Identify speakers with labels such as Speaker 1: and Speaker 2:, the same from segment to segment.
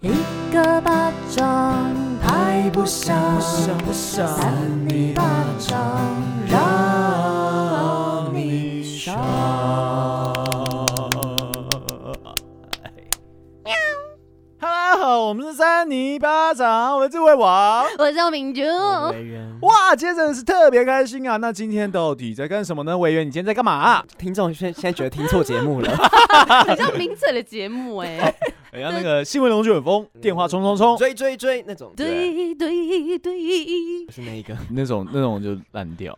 Speaker 1: 一个巴掌拍不响，
Speaker 2: 不想
Speaker 1: 扇你巴掌让你爽。
Speaker 2: 哈喽，好，我们是三尼巴掌，我是智慧王。
Speaker 1: 我叫明珠，
Speaker 2: 哦
Speaker 3: 委员，
Speaker 2: 哇，今天真的是特别开心啊！那今天到底在干什么呢？委员，你今天在干嘛、啊
Speaker 3: 听众现现在觉得听错节目了，
Speaker 1: 很像名嘴的节目哎、
Speaker 2: 哎呀，那个新闻龙卷 风，电话冲冲冲，
Speaker 3: 追追追那种，，
Speaker 1: 对对对，
Speaker 3: 是那一个。
Speaker 2: 那种那种就烂掉。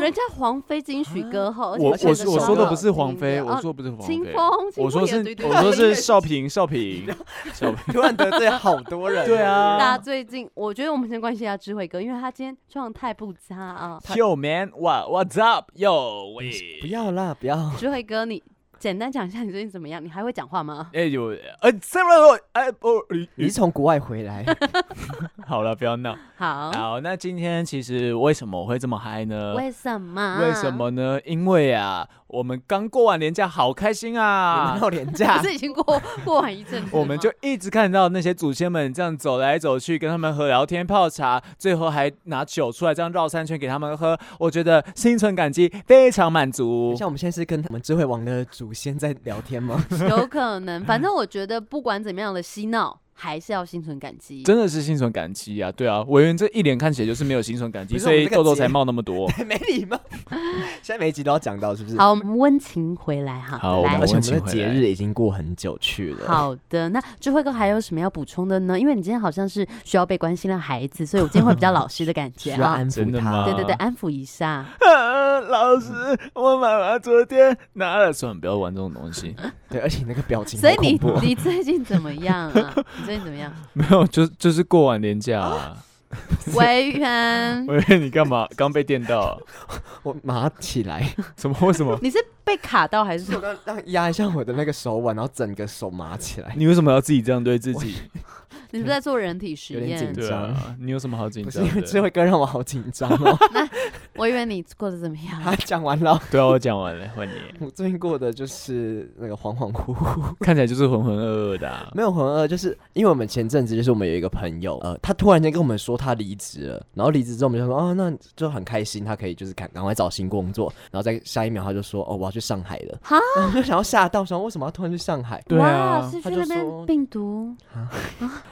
Speaker 1: 人家黄飞金曲歌后，而且
Speaker 2: 我我
Speaker 1: 选择
Speaker 2: 是我说
Speaker 1: 少
Speaker 2: 的不啊是黄飞，
Speaker 1: 哦
Speaker 2: 我说不是黄
Speaker 1: 清
Speaker 2: 飞，
Speaker 1: 风，
Speaker 2: 我说是
Speaker 1: 清风也对对
Speaker 2: 我说 是少平少平少 平。
Speaker 3: 突然得罪好多人，
Speaker 2: 对，
Speaker 1: 大家
Speaker 2: 啊，
Speaker 1: 最近，我觉得我们先关心一下智慧哥，因为他今天状态不佳啊。
Speaker 2: Yo man, what what's up? Yo，喂，
Speaker 3: 不要啦，不要，
Speaker 1: 智慧哥，你简单讲一下你最近怎么样？你还会讲话吗？
Speaker 2: 哎有呃这么哎不，
Speaker 3: 你是从国外回来，
Speaker 2: 好了，不要闹。
Speaker 1: 好，
Speaker 2: 好，那今天其实为什么我会这么嗨呢？
Speaker 1: 为什么？啊
Speaker 2: 为什？么呢？因为啊，我们刚过完年假，好开心
Speaker 3: 你
Speaker 2: 啊
Speaker 3: 们！闹廉
Speaker 1: 不
Speaker 3: 价，
Speaker 1: 是已经过过完一阵子了吗，
Speaker 2: 我们就一直看到那些祖先们这样走来走去，跟他们喝聊天、泡茶，最后还拿酒出来这样绕三圈给他们喝，我觉得心存感激，非常满足。
Speaker 3: 像我们现在是跟我们智慧王的祖先在聊天吗？
Speaker 1: 有可能。反正我觉得不管怎么样的嬉闹，还是要心存感激。
Speaker 2: 真的是心存感激啊！对啊，委员这一脸看起来就是没有心存感激，
Speaker 3: 不是
Speaker 2: 所
Speaker 3: 我
Speaker 2: 以
Speaker 3: 们这个
Speaker 2: 痘痘才
Speaker 3: 节
Speaker 2: 冒那 么多。
Speaker 3: 没礼貌，现在每一集都要讲到，是不是？
Speaker 1: 好，我们温情回来哈。
Speaker 2: 好
Speaker 1: 来
Speaker 2: 我
Speaker 3: 而
Speaker 2: 们
Speaker 3: 且我
Speaker 2: 温
Speaker 3: 们
Speaker 2: 情
Speaker 3: 的
Speaker 2: 回
Speaker 3: 节
Speaker 2: 来
Speaker 3: 日已经过很久去了，，
Speaker 1: 好的，那智慧哥还有什么要补充的呢？因为你今天好像是需要被关心的孩子，所以我今天会比较老实的感
Speaker 3: 需
Speaker 1: 觉
Speaker 3: 要
Speaker 1: 啊。
Speaker 3: 安
Speaker 2: 真
Speaker 3: 抚
Speaker 2: 的
Speaker 3: 他
Speaker 2: 吗。
Speaker 1: 对对对，安抚一下。
Speaker 2: 啊老师，我妈妈昨天拿了，算了，不要玩这种东西。
Speaker 3: 对，而且你那个表情好
Speaker 1: 所以
Speaker 3: 恐
Speaker 1: 你
Speaker 3: 怖哦，
Speaker 1: 你最近怎么样啊？你最近怎么样？
Speaker 2: 没有，就就是过完年 假、啊。
Speaker 1: 维 园，
Speaker 2: 委员，你干嘛？刚被电到啊、
Speaker 3: 我马上起来，
Speaker 2: 怎么？为什么？
Speaker 1: 你是被卡到还是什
Speaker 3: 我
Speaker 1: 么？
Speaker 3: 刚让压一下我的那个手腕，然后整个手麻起 来，
Speaker 2: 你为什么要自己这样对自己？
Speaker 1: 你是不是在做人体实
Speaker 3: 有点
Speaker 1: 验
Speaker 3: 紧？
Speaker 2: 对啊，你有什么好紧
Speaker 3: 不是
Speaker 2: 张
Speaker 3: 因为智
Speaker 2: 的？
Speaker 3: 慧哥让我好紧张 哦。
Speaker 1: 我以为你过得怎么样？
Speaker 3: 他讲完了，
Speaker 2: 对啊，我讲完了，换你。
Speaker 3: 我最近过的就是那个恍恍惚惚，
Speaker 2: 看起来就是浑浑噩噩的、啊。
Speaker 3: 没有浑噩，就是因为我们前阵子就是我们有一个朋友，呃，他突然间跟我们说他离职了，然后离职之后我们就说，哦，那就很开心，他可以就是赶赶快找新工作，然后在下一秒他就说，哦，我要去上海了，
Speaker 1: 哈
Speaker 3: 然后我就想要吓到，想说为什么要突然去上海？
Speaker 2: 对
Speaker 1: 哇，
Speaker 2: 啊，
Speaker 1: 是去
Speaker 3: 他就
Speaker 1: 那边
Speaker 3: 说
Speaker 1: 病毒？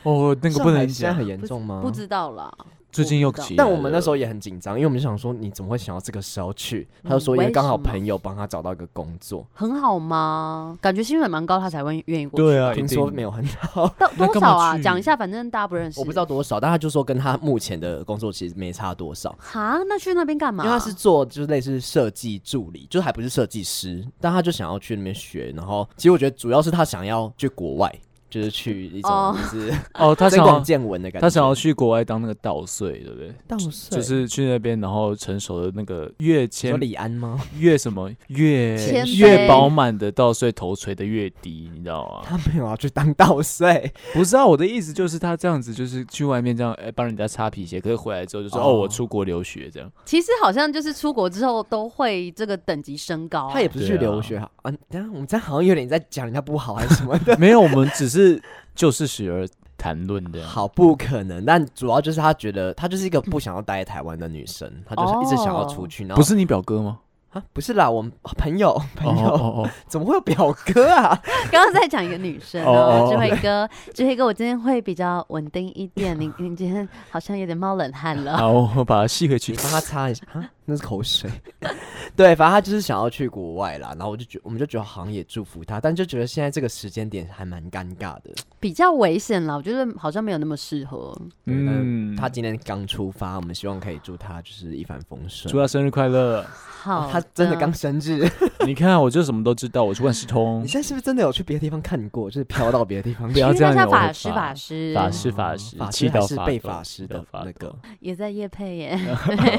Speaker 2: 哦，那个
Speaker 3: 上
Speaker 2: 不
Speaker 3: 海
Speaker 2: 能
Speaker 3: 现在
Speaker 2: 讲
Speaker 3: 很。严重吗？
Speaker 1: 不知道啦。
Speaker 2: 最近又
Speaker 1: 不知道
Speaker 2: 起来了，
Speaker 3: 但我们那时候也很紧张，因为我们就想说，你怎么会想要这个时候去？他就说，
Speaker 1: 嗯
Speaker 3: 因为刚好
Speaker 1: 为什么
Speaker 3: 朋友帮他找到一个工作，
Speaker 1: 很好吗？感觉薪水蛮高，他才会愿意过去。
Speaker 2: 对啊，
Speaker 3: 听
Speaker 2: 一定
Speaker 3: 说没有很好，
Speaker 1: 到
Speaker 2: 那
Speaker 1: 多
Speaker 2: 干嘛
Speaker 1: 少啊？
Speaker 2: 去
Speaker 1: 讲一下，反正大家不认识。
Speaker 3: 我不知道。多少，但他就说跟他目前的工作其实没差多少，
Speaker 1: 哈，那去那边干
Speaker 3: 因
Speaker 1: 嘛？
Speaker 3: 为他是做就是类似设计助理，就还不是设计师，但他就想要去那边学。然后其实我觉得主要是他想要去国外，就是去一
Speaker 1: 哦
Speaker 3: 种 就是
Speaker 2: 哦，他
Speaker 3: 增
Speaker 2: 想
Speaker 3: 广
Speaker 2: 要
Speaker 3: 见闻的感觉。
Speaker 2: 他想要去国外当那个稻穗，对不对？
Speaker 3: 到岁，
Speaker 2: 就是去那边，然后成熟的那个越
Speaker 3: 说
Speaker 2: 谦
Speaker 3: 李安吗？
Speaker 2: 越什么越
Speaker 1: 谦卑
Speaker 2: 越饱满的稻穗，头垂的越低，你知道吗？
Speaker 3: 他没有要去当稻穗，
Speaker 2: 不是啊，我的意思就是他这样子，就是去外面这样，哎、帮人家擦皮鞋，可是回来之后就说，哦，
Speaker 3: 哦
Speaker 2: 我出国留学这样。
Speaker 1: 其实好像就是出国之后都会这个等级升高。
Speaker 3: 他也不是去
Speaker 2: 对啊
Speaker 3: 留学啊。啊等一下我们这样好像有点在讲人家不好还是什么的。
Speaker 2: 没有，我们只是就事实而谈论的。
Speaker 3: 好，不可能。但主要就是他觉得她就是一个不想要待在台湾的女生，她就是一直想要出去。然后
Speaker 2: 不是你表哥吗？
Speaker 3: 啊，不是啦，我们朋友
Speaker 2: 哦
Speaker 3: 朋友、
Speaker 2: 哦哦，
Speaker 3: 怎么会有表哥啊？
Speaker 1: 刚刚在讲一个女生
Speaker 2: 哦哦
Speaker 1: 哦，
Speaker 2: 哦
Speaker 1: 智慧哥，智慧哥，我今天会比较稳定一点。你你今天好像有点冒冷汗 了。
Speaker 2: 好，我把它吸回 去
Speaker 3: 你。帮他擦一下啊，那是口水。 对，反正他就是想要去国外啦，然后我就觉，我们就觉得好像也祝福他，但就觉得现在这个时间点还蛮尴尬的。
Speaker 1: 比较危险啦，我觉得好像没有那么适合。
Speaker 2: 嗯，
Speaker 3: 他今天刚出发，我们希望可以祝他就是一帆风顺。
Speaker 2: 祝他生日快乐！
Speaker 1: 好、
Speaker 3: 哦他真的刚，生日，
Speaker 2: 你看，啊我就什么都知道，我是万事通
Speaker 3: 你。现在是不是真的有去别的地方看过？就是飘到别的地方
Speaker 2: 不
Speaker 3: 去？
Speaker 2: 要
Speaker 1: 去
Speaker 2: 这
Speaker 1: 看
Speaker 2: 样子
Speaker 1: 一下
Speaker 2: 我会
Speaker 1: 法师，
Speaker 2: 罚
Speaker 1: 法师嗯
Speaker 2: 法师法师
Speaker 3: 法
Speaker 2: 气
Speaker 3: 师
Speaker 2: 到
Speaker 3: 还是
Speaker 2: 发
Speaker 3: 被
Speaker 2: 抖
Speaker 3: 法师
Speaker 2: 气到
Speaker 3: 的
Speaker 2: 发
Speaker 3: 那个
Speaker 2: 抖。
Speaker 1: 也在夜配耶，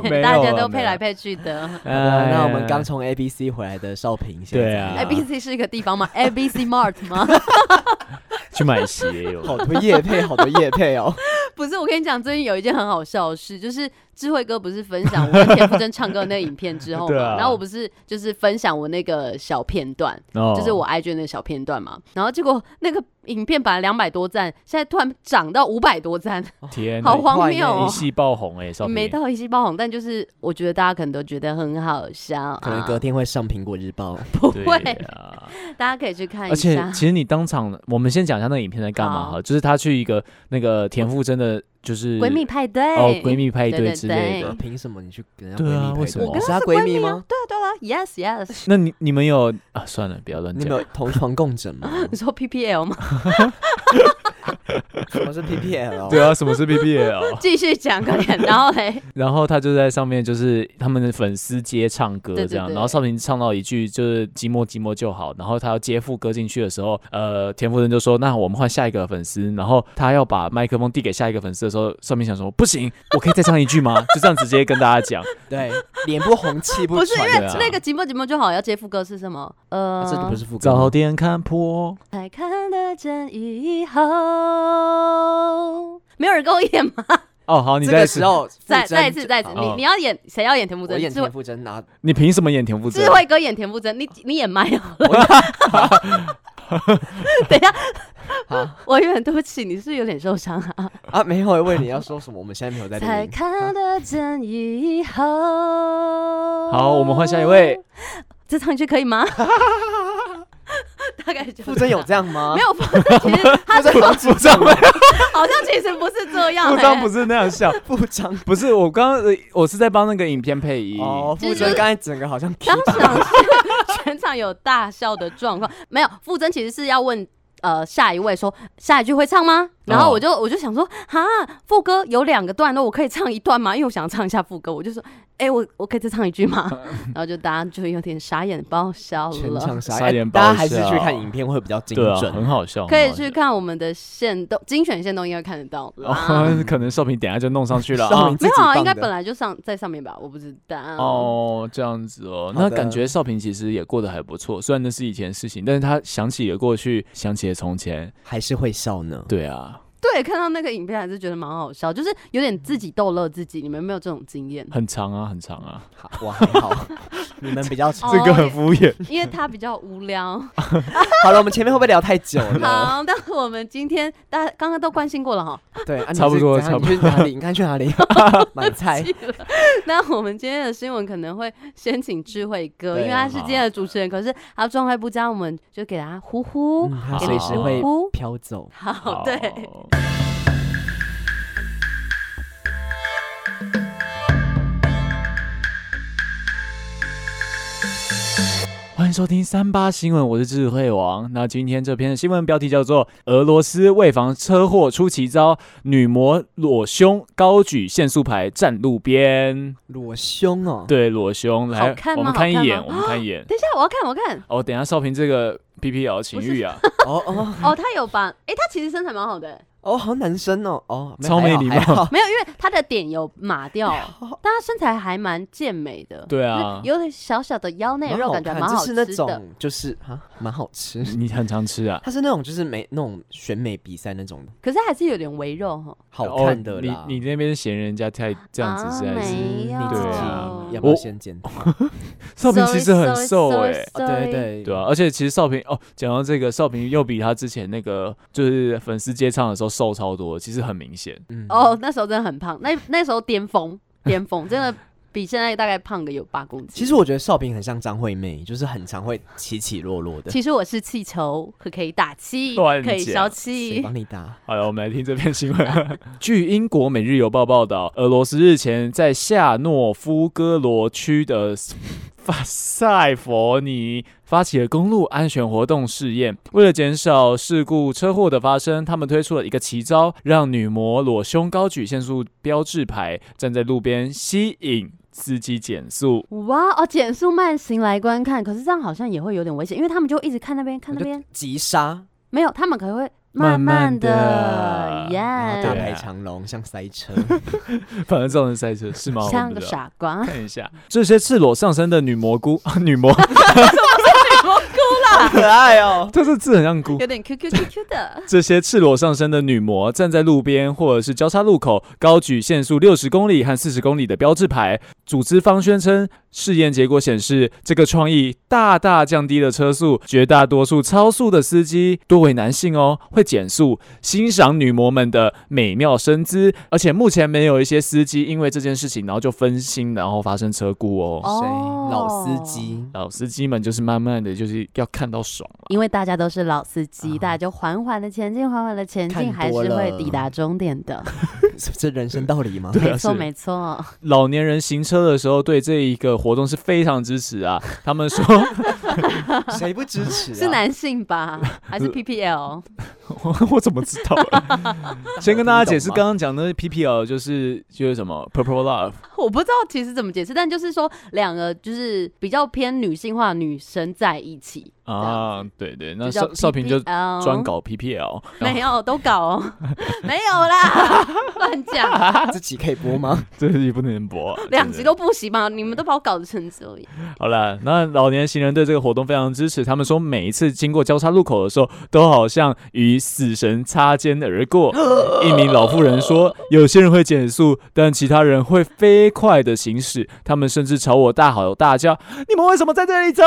Speaker 2: 没有
Speaker 1: 大家
Speaker 2: 了
Speaker 1: 都
Speaker 2: 没
Speaker 1: 配
Speaker 2: 有
Speaker 1: 来
Speaker 2: 了
Speaker 1: 配去的。
Speaker 3: 好的
Speaker 2: 哎
Speaker 3: 那我们刚从 A B C 回来的少平先
Speaker 2: 对啊
Speaker 1: A B C 是一个地方吗？A B C Mart 吗？
Speaker 2: 去买鞋 有。
Speaker 3: 好多叶配，好多叶配哦。
Speaker 1: 不是，我跟你讲，最近有一件很好笑的事，就是智慧哥不是分享我跟田馥甄唱歌的那个影片之后
Speaker 2: 对
Speaker 1: 嘛，
Speaker 2: 啊
Speaker 1: 然后我不是就是分享我那个小片段，
Speaker 2: 哦
Speaker 1: 就是我 IG 的那个小片段嘛，然后结果那个影片本来两百多赞，现在突然涨到五百多赞，
Speaker 2: 天哪，
Speaker 1: 好荒谬
Speaker 2: 哎一
Speaker 1: 哦！
Speaker 2: 夕爆红哎、少平
Speaker 1: 没到一夕爆红，但就是我觉得大家可能都觉得很好笑啊，
Speaker 3: 可能隔天会上苹果日报。
Speaker 1: 不
Speaker 2: 对
Speaker 1: 会，
Speaker 2: 啊
Speaker 1: 大家可以去看一
Speaker 2: 而且
Speaker 1: 下。
Speaker 2: 其实你当场，我们先讲一下那个影片在干嘛
Speaker 1: 好
Speaker 2: 哈，就是她去一个那个田馥甄的，就是
Speaker 1: 闺蜜派对
Speaker 2: 哦闺蜜派
Speaker 1: 对
Speaker 2: 对
Speaker 1: 对
Speaker 2: 之类
Speaker 1: 对
Speaker 2: 的。
Speaker 3: 凭什么你去跟人家
Speaker 2: 对啊
Speaker 3: 闺蜜
Speaker 2: 为
Speaker 3: 配
Speaker 2: 什
Speaker 3: 对？
Speaker 2: 么
Speaker 3: 你
Speaker 2: 我
Speaker 3: 是她闺蜜吗？
Speaker 1: 对啊对啊，yes yes。
Speaker 2: 那你你们有啊？算了，不要乱
Speaker 3: 你们
Speaker 2: 讲。
Speaker 3: 有同床共枕吗？
Speaker 1: 你说 PPL 吗？
Speaker 3: 我是 PPL，
Speaker 2: 对啊，什么是 BBL？
Speaker 1: 继续讲快点，然后嘞，
Speaker 2: 然后她就在上面，就是他们的粉丝接唱歌
Speaker 1: 对对
Speaker 2: 这样，
Speaker 1: 对
Speaker 2: 然后少平唱到一句就是“寂寞寂寞就好”，然后他要接副歌进去的时候，呃，田馥甄就说：“那我们换下一个粉丝。”然后他要把麦克风递给下一个粉丝的时候，少平想说：“不行，我可以再唱一句吗？” 就这样直接跟大家讲。
Speaker 3: 对，脸不红气不
Speaker 1: 不是因
Speaker 3: 喘
Speaker 1: 为
Speaker 2: 对啊
Speaker 1: 那个寂寞寂寞就好，要接副歌是什么？呃，
Speaker 3: 啊这不是副歌吗
Speaker 2: 早点看破，
Speaker 1: 才看得见以后。没有人跟我演吗？
Speaker 2: 哦，好，你
Speaker 3: 这
Speaker 2: 再
Speaker 3: 个
Speaker 2: 试
Speaker 3: 时候傅
Speaker 1: 再
Speaker 3: 征
Speaker 1: 再一次再一次，你
Speaker 2: 哦
Speaker 1: 你要演谁要演田馥
Speaker 3: 我
Speaker 1: 甄？
Speaker 3: 演
Speaker 1: 智
Speaker 3: 田
Speaker 1: 慧
Speaker 3: 馥甄拿
Speaker 2: 你凭什么演田馥甄？
Speaker 1: 智慧哥演田馥甄，你你演麦好了。 等一下，
Speaker 3: 好
Speaker 1: 我有点对不起，你是不是有点受伤啊？
Speaker 3: 啊，没有问你要说什么，我们现在没有在录
Speaker 1: 才
Speaker 3: 音。
Speaker 1: 看得见以后。哦
Speaker 2: 好，我们换下一位。。
Speaker 1: 这唱句可以吗？大概就
Speaker 3: 傅征有这样吗？
Speaker 1: 没有傅征，其实他
Speaker 3: 有，
Speaker 2: 副张没有，
Speaker 1: 好像其实不是这样、欸。
Speaker 2: 副张不是那样笑，
Speaker 3: 傅 征
Speaker 2: 不是我刚刚呃我是在帮那个影片配音。
Speaker 3: 哦，
Speaker 1: 就
Speaker 3: 傅
Speaker 1: 是
Speaker 3: 征刚才整个好像
Speaker 1: 当 场是全场有大笑的状况，没有傅征其实是要问。呃，下一位说下一句会唱吗？然
Speaker 3: 哦
Speaker 1: 后我就、我就想说，哈，副歌有两个段落，我可以唱一段吗？因为我想唱一下副歌，我就说，哎、我我可以再唱一句吗？ 然后就大家就有点傻眼，把我笑
Speaker 3: 全
Speaker 1: 了。
Speaker 3: 场傻
Speaker 2: 傻眼
Speaker 3: 眼，大
Speaker 2: 爆
Speaker 3: 家还是
Speaker 2: 笑
Speaker 3: 去看影片会比较精
Speaker 2: 对啊，
Speaker 3: 准。
Speaker 2: 很好笑，
Speaker 1: 可以
Speaker 2: 很好
Speaker 1: 去
Speaker 2: 笑。
Speaker 1: 看我们的线动精选线动，应该看得到啦。
Speaker 2: 哦， 可能少平等一下就弄上去了
Speaker 3: 啊 少
Speaker 2: 啊
Speaker 3: 平。嗯
Speaker 1: 没有
Speaker 3: 自己放
Speaker 1: 啊，
Speaker 3: 的
Speaker 1: 应该本来就上在上面吧，我不知道。
Speaker 2: 哦，这样子哦，那
Speaker 3: 好的
Speaker 2: 感觉少平其实也过得还不错，虽然那是以前的事情，但是他想起了过去，想起了从前。
Speaker 3: 还是会笑呢。
Speaker 2: 对啊，
Speaker 1: 对，看到那个影片还是觉得蛮好笑，就是有点自己逗乐自己。你们有没有这种经验？
Speaker 2: 很长啊，很长啊，
Speaker 3: 好我还 好，你们比较
Speaker 1: 哦
Speaker 3: 长。
Speaker 2: 这个很敷衍。
Speaker 1: 因为他比较无 聊。
Speaker 3: 好了，我们前面会不会聊太久了？
Speaker 1: 好，那我们今天大家刚刚都关心过了哈，
Speaker 3: 对，啊你
Speaker 2: 差不多
Speaker 3: 是怎样
Speaker 2: 差不
Speaker 3: 你去哪里？你看去哪 里？买菜。
Speaker 1: 记了。那我们今天的新闻可能会先请智慧哥，
Speaker 3: 对
Speaker 1: 因为他是今天的主持人，可是他状态不佳，我们就给他呼呼
Speaker 3: 嗯，他
Speaker 2: 好
Speaker 3: 随时会
Speaker 1: 呼。
Speaker 3: 飘走。
Speaker 1: 好，哦对，
Speaker 2: 欢迎收听三八新闻，我是智慧王。那今天这篇的新闻标题叫做《俄罗斯为防车祸出奇招，女模裸胸高举限速牌站路边》。
Speaker 3: 裸胸哦，
Speaker 2: 对，裸胸来
Speaker 1: 好看，吗
Speaker 2: 我们看一
Speaker 1: 好看吗
Speaker 2: 眼，我们看一眼。
Speaker 1: 等一下我要看，我要看。
Speaker 2: 哦，等一下少平这个 P P L 情欲啊，
Speaker 3: 哦哦
Speaker 1: 哦，他有把，诶，他其实身材蛮好的，
Speaker 3: 哦，好男生哦，哦，有
Speaker 2: 超没礼。
Speaker 3: 还好还
Speaker 2: 貌
Speaker 3: 好。
Speaker 1: 没有，因为他的点有 码掉，但他身材还蛮健美的，
Speaker 2: 对啊
Speaker 1: 就是 有点小小的腰内
Speaker 3: 蛮
Speaker 1: 肉，
Speaker 3: 好
Speaker 1: 感觉
Speaker 3: 看
Speaker 1: 蛮好
Speaker 3: 就是
Speaker 1: 吃
Speaker 3: 那
Speaker 1: 的。
Speaker 3: 种就是啊，蛮好吃。
Speaker 2: 你很常吃啊？
Speaker 3: 它是那种就是美那种选美比赛那种
Speaker 1: 可是还是有点微肉哈，
Speaker 3: 好看的
Speaker 2: 你
Speaker 3: 啦。
Speaker 2: 哦你那边嫌人家太这样子，实在是。
Speaker 1: 没有，
Speaker 3: 你自
Speaker 2: 对
Speaker 3: 己
Speaker 2: 啊
Speaker 3: 要不
Speaker 2: 我
Speaker 3: 要先剪？哦，
Speaker 2: 少平其实很瘦哎、
Speaker 3: 欸对。对
Speaker 2: 对啊，，而且其实少平哦，讲到这个，少平又比他之前那个就是粉丝接唱的时候瘦超多，其实很明显。
Speaker 3: 嗯，
Speaker 1: 哦，那时候真的很胖，那那时候巅峰，巅峰真的比现在大概胖个有八公斤。
Speaker 3: 其实我觉得少平很像张惠妹，就是很常会起起落落的。
Speaker 1: 其实我是气球，可以打气，
Speaker 2: 乱
Speaker 1: 可以
Speaker 2: 讲
Speaker 1: 消
Speaker 3: 谁
Speaker 1: 气。
Speaker 3: 帮你打？
Speaker 2: 好了，我们来听这篇新闻。据英国《每日邮报》报道，俄罗斯日前在夏诺夫哥罗区的法塞佛尼发起了公路安全活动试验。为了减少事故车祸的发生，他们推出了一个奇招，让女模裸胸高举限速标志牌，站在路边吸引司机减速。
Speaker 1: 哇哦，减速慢行来观看，可是这样好像也会有点危险，因为他们就一直看那边，看那边，
Speaker 3: 急刹，
Speaker 1: 没有，他们可能会
Speaker 2: 慢
Speaker 1: 慢
Speaker 2: 慢
Speaker 1: 的
Speaker 2: 地，
Speaker 1: 耶
Speaker 3: 然后大
Speaker 2: 对
Speaker 3: 排长龙，像塞车。
Speaker 2: 反正造成赛车是吗？我
Speaker 1: 像
Speaker 2: 不
Speaker 1: 个
Speaker 2: 知道。
Speaker 1: 傻 瓜。
Speaker 2: 啊看一下这些赤裸上身的女蘑菇，女蘑，。
Speaker 1: 啊
Speaker 3: 好可爱哦
Speaker 2: 这这字很像菇。。
Speaker 1: 有点 Q Q Q Q 的
Speaker 2: 这些赤裸上身的女模站在路边或者是交叉路口，高举限速六十公里和四十公里的标志牌。组织方宣称，试验结果显示，这个创意大大降低了车速，绝大多数超速的司机多为男性哦，会减速，欣赏女模们的美妙身姿。而且目前没有一些司机因为这件事情，然后就分心，然后发生车故哦。
Speaker 1: 哦
Speaker 3: 谁？老司机。
Speaker 2: 老司机们就是慢慢的就是要看到爽了。
Speaker 1: 因为大家都是老司机，
Speaker 3: 啊
Speaker 1: 大家就缓缓的前进，缓缓的前进，还
Speaker 3: 看
Speaker 1: 是
Speaker 3: 多了
Speaker 1: 会抵达终点的。
Speaker 3: 这这人生道理吗？
Speaker 2: 对啊
Speaker 1: 没错，
Speaker 2: 是
Speaker 1: 没错。
Speaker 2: 老年人行车的时候，对这一个活动是非常支持 啊。他们说，
Speaker 3: 谁不支持、啊？
Speaker 1: 是男 性吧？还是 PPL？
Speaker 2: 我我怎么知道啊？ 先跟大家解释，刚刚讲的 PPL 就是就是什么 Purple Love，
Speaker 1: 我不知道其实怎么解释，但就是说两个就是比较偏女性化的女生在一起
Speaker 2: 啊，对对，那
Speaker 1: 叫
Speaker 2: 少少平就
Speaker 1: PPL
Speaker 2: 专搞 PPL，然
Speaker 1: 没
Speaker 2: 后
Speaker 1: 有都搞 哦，没有啦，乱讲，
Speaker 3: 自己可以播 吗？
Speaker 2: 这也不能播啊，
Speaker 1: 两
Speaker 2: 真的
Speaker 1: 集都不行吧？你们都把我搞成这样。
Speaker 2: 好了，那老年行人对这个活动非常支持，他们说每一次经过交叉路口的时候，都好像与死神擦肩而 过。一名老妇人说，有些人会减速，但其他人会飞快的行驶，他们甚至朝我大吼大叫：“你们为什么在这里走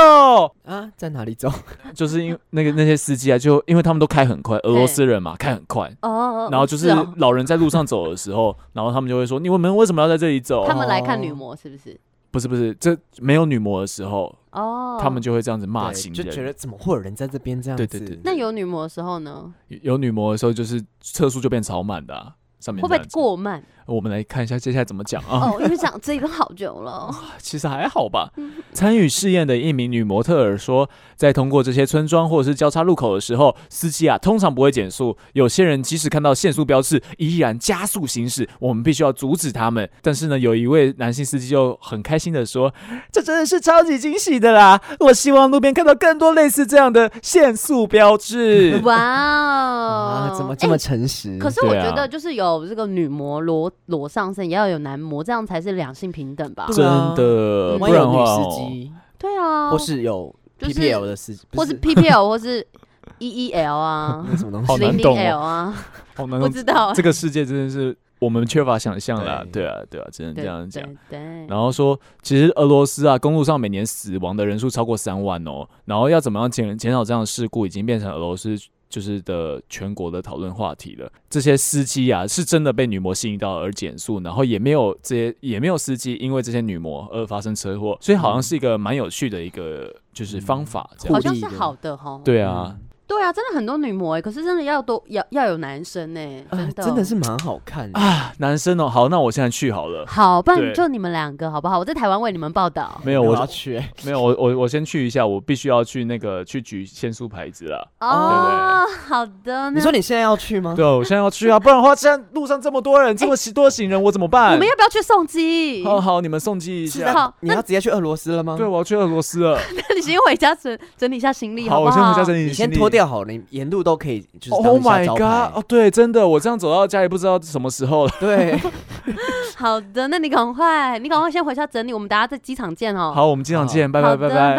Speaker 3: 啊，在哪里走？？”
Speaker 2: 就是因为那个那些司机啊，就因为他们都开很快，俄罗斯人嘛，开很快。
Speaker 1: 哦，
Speaker 2: 然后就是
Speaker 1: 哦
Speaker 2: 老人在路上走的时 候，然后他们就会说：“你们为什么要在这里走
Speaker 1: 他们来看女模是不是？？”
Speaker 2: 不是不是，这没有女模的时候，
Speaker 1: 哦，
Speaker 2: 他们就会这样子骂行
Speaker 3: 对
Speaker 2: 人，
Speaker 3: 就觉得怎么会有人在这边这样子？
Speaker 2: 对对对
Speaker 1: 那有女模的时候呢，
Speaker 2: 有有女模的时候，就是车速就变超慢的、啊，上面
Speaker 1: 会不会
Speaker 2: 这样子？
Speaker 1: 过慢？
Speaker 2: 我们来看一下接下来怎么讲啊。
Speaker 1: 哦，因为想这个好 久了，
Speaker 2: 其实还好吧。
Speaker 1: 嗯
Speaker 2: 参与试验的一名女模特儿说，在通过这些村庄或者是交叉路口的时候，司机啊通常不会减速，有些人即使看到限速标志，依然加速行驶，我们必须要阻止他们。但是呢，有一位男性司机就很开心的说：“这真的是超级惊喜的 啦！我希望路边看到更多类似这样的限速标志。”
Speaker 1: 哇
Speaker 3: 啊
Speaker 1: 哦，，
Speaker 3: 怎么这么诚实？
Speaker 1: 可是我
Speaker 2: 对啊
Speaker 1: 觉得，就是有这个女模裸裸上身，也要有男模，这样才是两性平等吧？
Speaker 2: 真
Speaker 3: 对啊
Speaker 2: 的，
Speaker 1: 嗯
Speaker 2: 不
Speaker 3: 万一
Speaker 2: 然的
Speaker 3: 有
Speaker 2: 话
Speaker 3: 女
Speaker 2: 哦
Speaker 3: 司机，
Speaker 1: 对啊，
Speaker 3: 或是有
Speaker 1: 就是
Speaker 3: PPL 的司机，不
Speaker 1: 或是 PPL 或是 EEL 啊，
Speaker 3: 那什么东
Speaker 2: 好
Speaker 3: 西？
Speaker 2: 难
Speaker 1: 零
Speaker 2: 懂
Speaker 1: 零
Speaker 2: 哦
Speaker 1: L 啊，
Speaker 2: 好难
Speaker 1: 不
Speaker 2: 懂。
Speaker 1: 知道。
Speaker 2: 这个世界真的是我们缺乏想象啦，
Speaker 3: 对
Speaker 2: 对啊，对啊，只能这
Speaker 1: 对
Speaker 2: 样讲。，
Speaker 1: 对，对
Speaker 2: 然后说，其实俄罗斯啊，公路上每年死亡的人数超过三万哦。然后要怎么样减减少这样的事故，已经变成俄罗斯就是的全国的讨论话题了。这些司机啊，是真的被女模吸引到而减速，然后也没有这些也没有司机因为这些女模而发生车祸，所以好像是一个蛮有趣的一个就是方法这样。
Speaker 1: 好像
Speaker 3: 互利
Speaker 1: 是
Speaker 3: 的
Speaker 1: 好的哈。
Speaker 2: 对啊，
Speaker 1: 对啊，真的很多女模哎，可是真的要多要要有男生哎，
Speaker 3: 啊
Speaker 1: 真的
Speaker 3: 真的是蛮好看的。
Speaker 2: 啊，男生哦，好，那我现在去好了。
Speaker 1: 好，不
Speaker 2: 对
Speaker 1: 然就你们两个好不好？我在台湾为你们报道。
Speaker 2: 没有，
Speaker 3: 我
Speaker 2: 我
Speaker 3: 要去，
Speaker 1: 哦
Speaker 3: 欸
Speaker 2: 没有，我我我先去一下，我必须要去那个去举限速牌子啦。
Speaker 1: 哦，好的，
Speaker 3: 你
Speaker 1: 那
Speaker 3: 说你现在要去吗？
Speaker 2: 对，我现在要去啊，不然的话，现在路上这么多人，这么多行人，我怎么办？
Speaker 1: 我们要不要去送机？
Speaker 2: 好好，你们送哦机一
Speaker 3: 是
Speaker 2: 下。
Speaker 1: 好
Speaker 3: 的，你要直接去俄罗斯了吗？
Speaker 2: 对，，我要去俄罗斯了。
Speaker 1: 那你先回家整整理一下行李，不
Speaker 2: 我
Speaker 1: 好？
Speaker 2: 先回家整理行李。
Speaker 3: 你先脱。掉好了，你沿路都可以，就是当
Speaker 2: Oh
Speaker 3: 一下
Speaker 2: my
Speaker 3: 招
Speaker 2: god！
Speaker 3: 牌。
Speaker 2: 哦，对，真的，我这样走到家里不知道什么时候了。
Speaker 3: 对，
Speaker 1: 好的，那你赶快，你赶快先回家整理，我们大家在机场见哦。
Speaker 2: 好，我们经常见，拜拜
Speaker 1: 好
Speaker 2: 拜
Speaker 1: 的，
Speaker 2: 拜。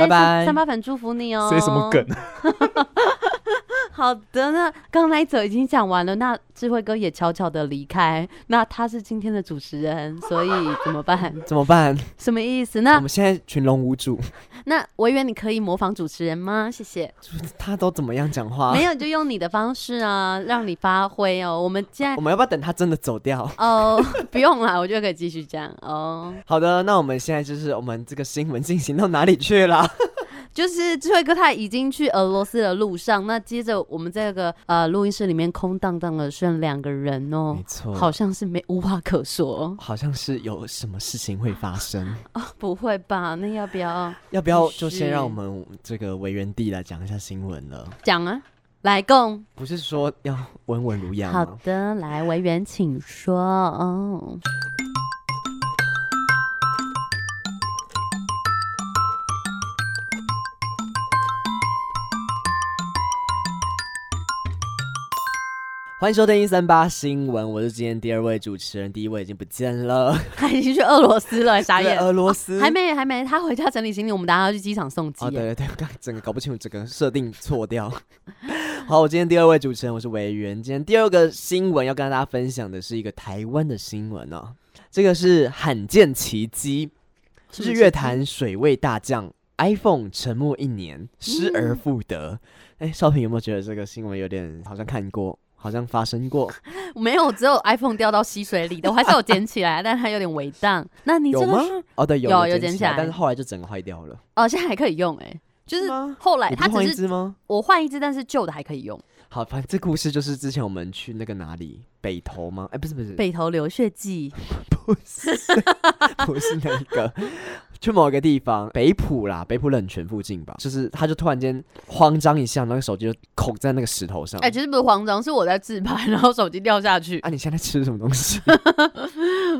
Speaker 3: 好拜拜
Speaker 1: 三三八粉祝福你哦。
Speaker 2: 谁什么梗？？
Speaker 1: 好的，那刚那一则已经讲完了，那智慧哥也悄悄的离开，那他是今天的主持人，所以怎 么办？
Speaker 3: 怎么办？
Speaker 1: 什么意思？
Speaker 3: 我
Speaker 1: 那
Speaker 3: 们现在群龙无主，
Speaker 1: 那维园你可以模仿主持人吗？谢谢。
Speaker 3: 他都怎么样讲话
Speaker 1: 没？有就用你的方式啊，让你发挥哦。我们现在
Speaker 3: 我们要不要等他真的走掉？
Speaker 1: 哦， 不用啦，我觉得可以继续讲哦。
Speaker 3: 好的，那我们现在就是我们这个新闻进行到哪里去了？
Speaker 1: 就是智慧哥他已经去俄罗斯的路上，那接着我们这个呃录音室里面空荡荡的剩两个人哦，
Speaker 3: 错
Speaker 1: 好像是没无话可 说。
Speaker 3: 好像是有什么事情会发生，
Speaker 1: 不会吧？那要不要
Speaker 3: 要不要
Speaker 1: 是
Speaker 3: 就先让我们这个维园地来讲一下新闻了？
Speaker 1: 讲啊？来共
Speaker 3: 不是说要温文儒雅
Speaker 1: 好
Speaker 3: 吗？
Speaker 1: 的，来维园，请说。哦，
Speaker 3: 欢迎收听一三八新闻，我是今天第二位主持人，第一位已经不见了，
Speaker 1: 他已经去俄罗斯了，傻
Speaker 3: 对，
Speaker 1: 眼。哦
Speaker 3: 俄罗斯、
Speaker 1: 还没还没，他回家整理行李，我们等下要去机场送机
Speaker 3: 呃哦，。对对对，我刚整个搞不清楚，整个设定错掉。好，我今天第二位主持人，我是维园。今天第二个新闻要跟大家分享的是一个台湾的新闻哦，这个是罕见奇迹，
Speaker 1: 什么
Speaker 3: 日月潭水位大降，iPhone 沉没一年，失而复得。哎、少平有没有觉得这个新闻有点好像看过，好像发生过？
Speaker 1: 没有，只有 iPhone 掉到溪水里的，我还是有捡起来，但它有点微荡。那你这
Speaker 3: 有
Speaker 1: 个
Speaker 3: 吗
Speaker 1: 是？
Speaker 3: 哦，对，有
Speaker 1: 有
Speaker 3: 有
Speaker 1: 有
Speaker 3: 捡
Speaker 1: 捡
Speaker 3: 起
Speaker 1: 起
Speaker 3: 来，
Speaker 1: 来
Speaker 3: 但是后来就整个坏掉了。
Speaker 1: 哦，现在还可以用哎、就是
Speaker 3: 吗
Speaker 1: 后来
Speaker 3: 你不
Speaker 1: 它
Speaker 3: 是换
Speaker 1: 只
Speaker 3: 一
Speaker 1: 是
Speaker 3: 只吗？
Speaker 1: 我换一只，但是旧的还可以用。
Speaker 3: 好，反正这故事就是之前我们去那个哪里北投吗？哎、不是不是，
Speaker 1: 北投流血记，
Speaker 3: 不是那个，去某一个地方，北浦啦，北浦冷泉附近吧，就是他就突然间慌张一下，那个手机就孔在那个石头上。
Speaker 1: 哎、其实不是慌张，是我在自拍，然后手机掉下 去，
Speaker 3: 啊，你现在 吃什么东西？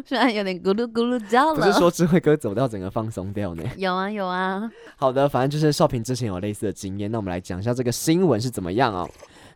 Speaker 1: 现在有点咕噜咕噜掉
Speaker 3: 不是
Speaker 1: 了。
Speaker 3: 说智慧哥走掉整个放松掉呢？
Speaker 1: 有啊有啊，
Speaker 3: 好的，反正就是少平之前有类似的经验，那我们来讲一下这个新闻是怎么样哦。